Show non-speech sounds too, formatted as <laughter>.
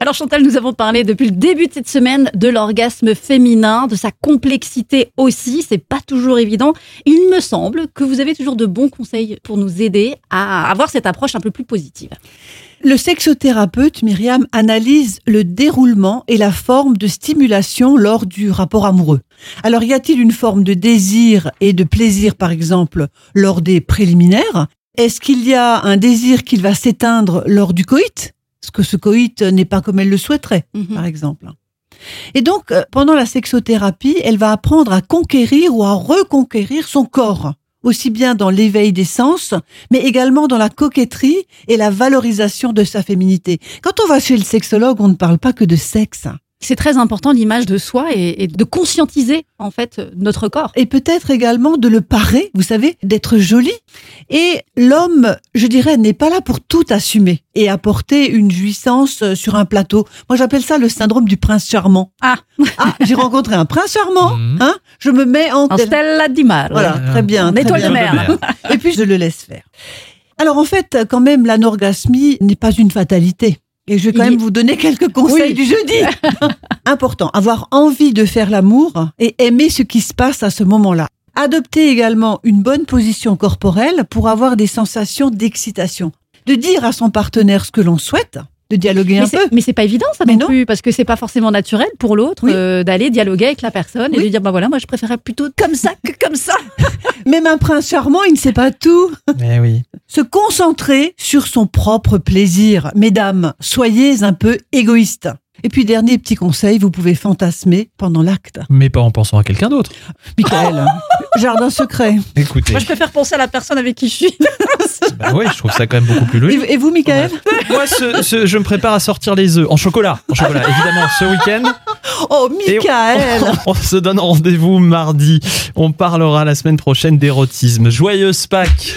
Alors Chantal, nous avons parlé depuis le début de cette semaine de l'orgasme féminin, de sa complexité aussi, c'est pas toujours évident. Il me semble que vous avez toujours de bons conseils pour nous aider à avoir cette approche un peu plus positive. Le sexothérapeute Myriam analyse le déroulement et la forme de stimulation lors du rapport amoureux. Alors y a-t-il une forme de désir et de plaisir par exemple lors des préliminaires Est-ce qu'il y a un désir qui va s'éteindre lors du coït Parce que ce coït n'est pas comme elle le souhaiterait Mhm. par exemple. Et donc euh, pendant la sexothérapie, elle va apprendre à conquérir ou à reconquérir son corps aussi bien dans l'éveil des sens, mais également dans la coquetterie et la valorisation de sa féminité. Quand on va chez le sexologue, on ne parle pas que de sexe. C'est très important l'image de soi et, et de conscientiser en fait notre corps. Et peut-être également de le parer, vous savez, d'être joli. Et l'homme, je dirais, n'est pas là pour tout assumer et apporter une jouissance euh, sur un plateau. Moi, j'appelle ça le syndrome du prince charmant. Ah. Ah, j'ai rencontré un prince charmant, Mhm. hein Je me mets en... En Stella Di Mare. Voilà, très bien. En très étoile de bien. mer. <laughs> et puis je le laisse faire. Alors en fait, quand même, l'anorgasmie n'est pas une fatalité. Et je vais quand Il- même vous donner quelques conseils Oui. <laughs> du jeudi. Important, avoir envie de faire l'amour et aimer ce qui se passe à ce moment-là. Adopter également une bonne position corporelle pour avoir des sensations d'excitation. De dire à son partenaire ce que l'on souhaite, de dialoguer Mais un peu. c'est- Mais c'est pas évident ça Mais non, non. plus parce que c'est pas forcément naturel pour l'autre Oui. euh, d'aller dialoguer avec la personne et Oui. de dire bah voilà moi je préférais plutôt comme ça que comme ça. Même un prince charmant, il ne sait pas tout. Eh oui. Se concentrer sur son propre plaisir. Mesdames, soyez un peu égoïstes. Et puis, dernier petit conseil, vous pouvez fantasmer pendant l'acte. Mais pas en pensant à quelqu'un d'autre. <laughs> Michael, jardin secret. Écoutez. Moi je préfère penser à la personne avec qui je suis. Bah oui, je trouve ça quand même beaucoup plus logique. Et, et vous, Michael Moi, ce- ce- je me prépare à sortir les œufs en chocolat. En chocolat, évidemment, ce week-end. Oh, Et on- Ah <laughs> Michael on, se donne rendez-vous mardi. On parlera la semaine prochaine d'érotisme. Joyeuse Pâques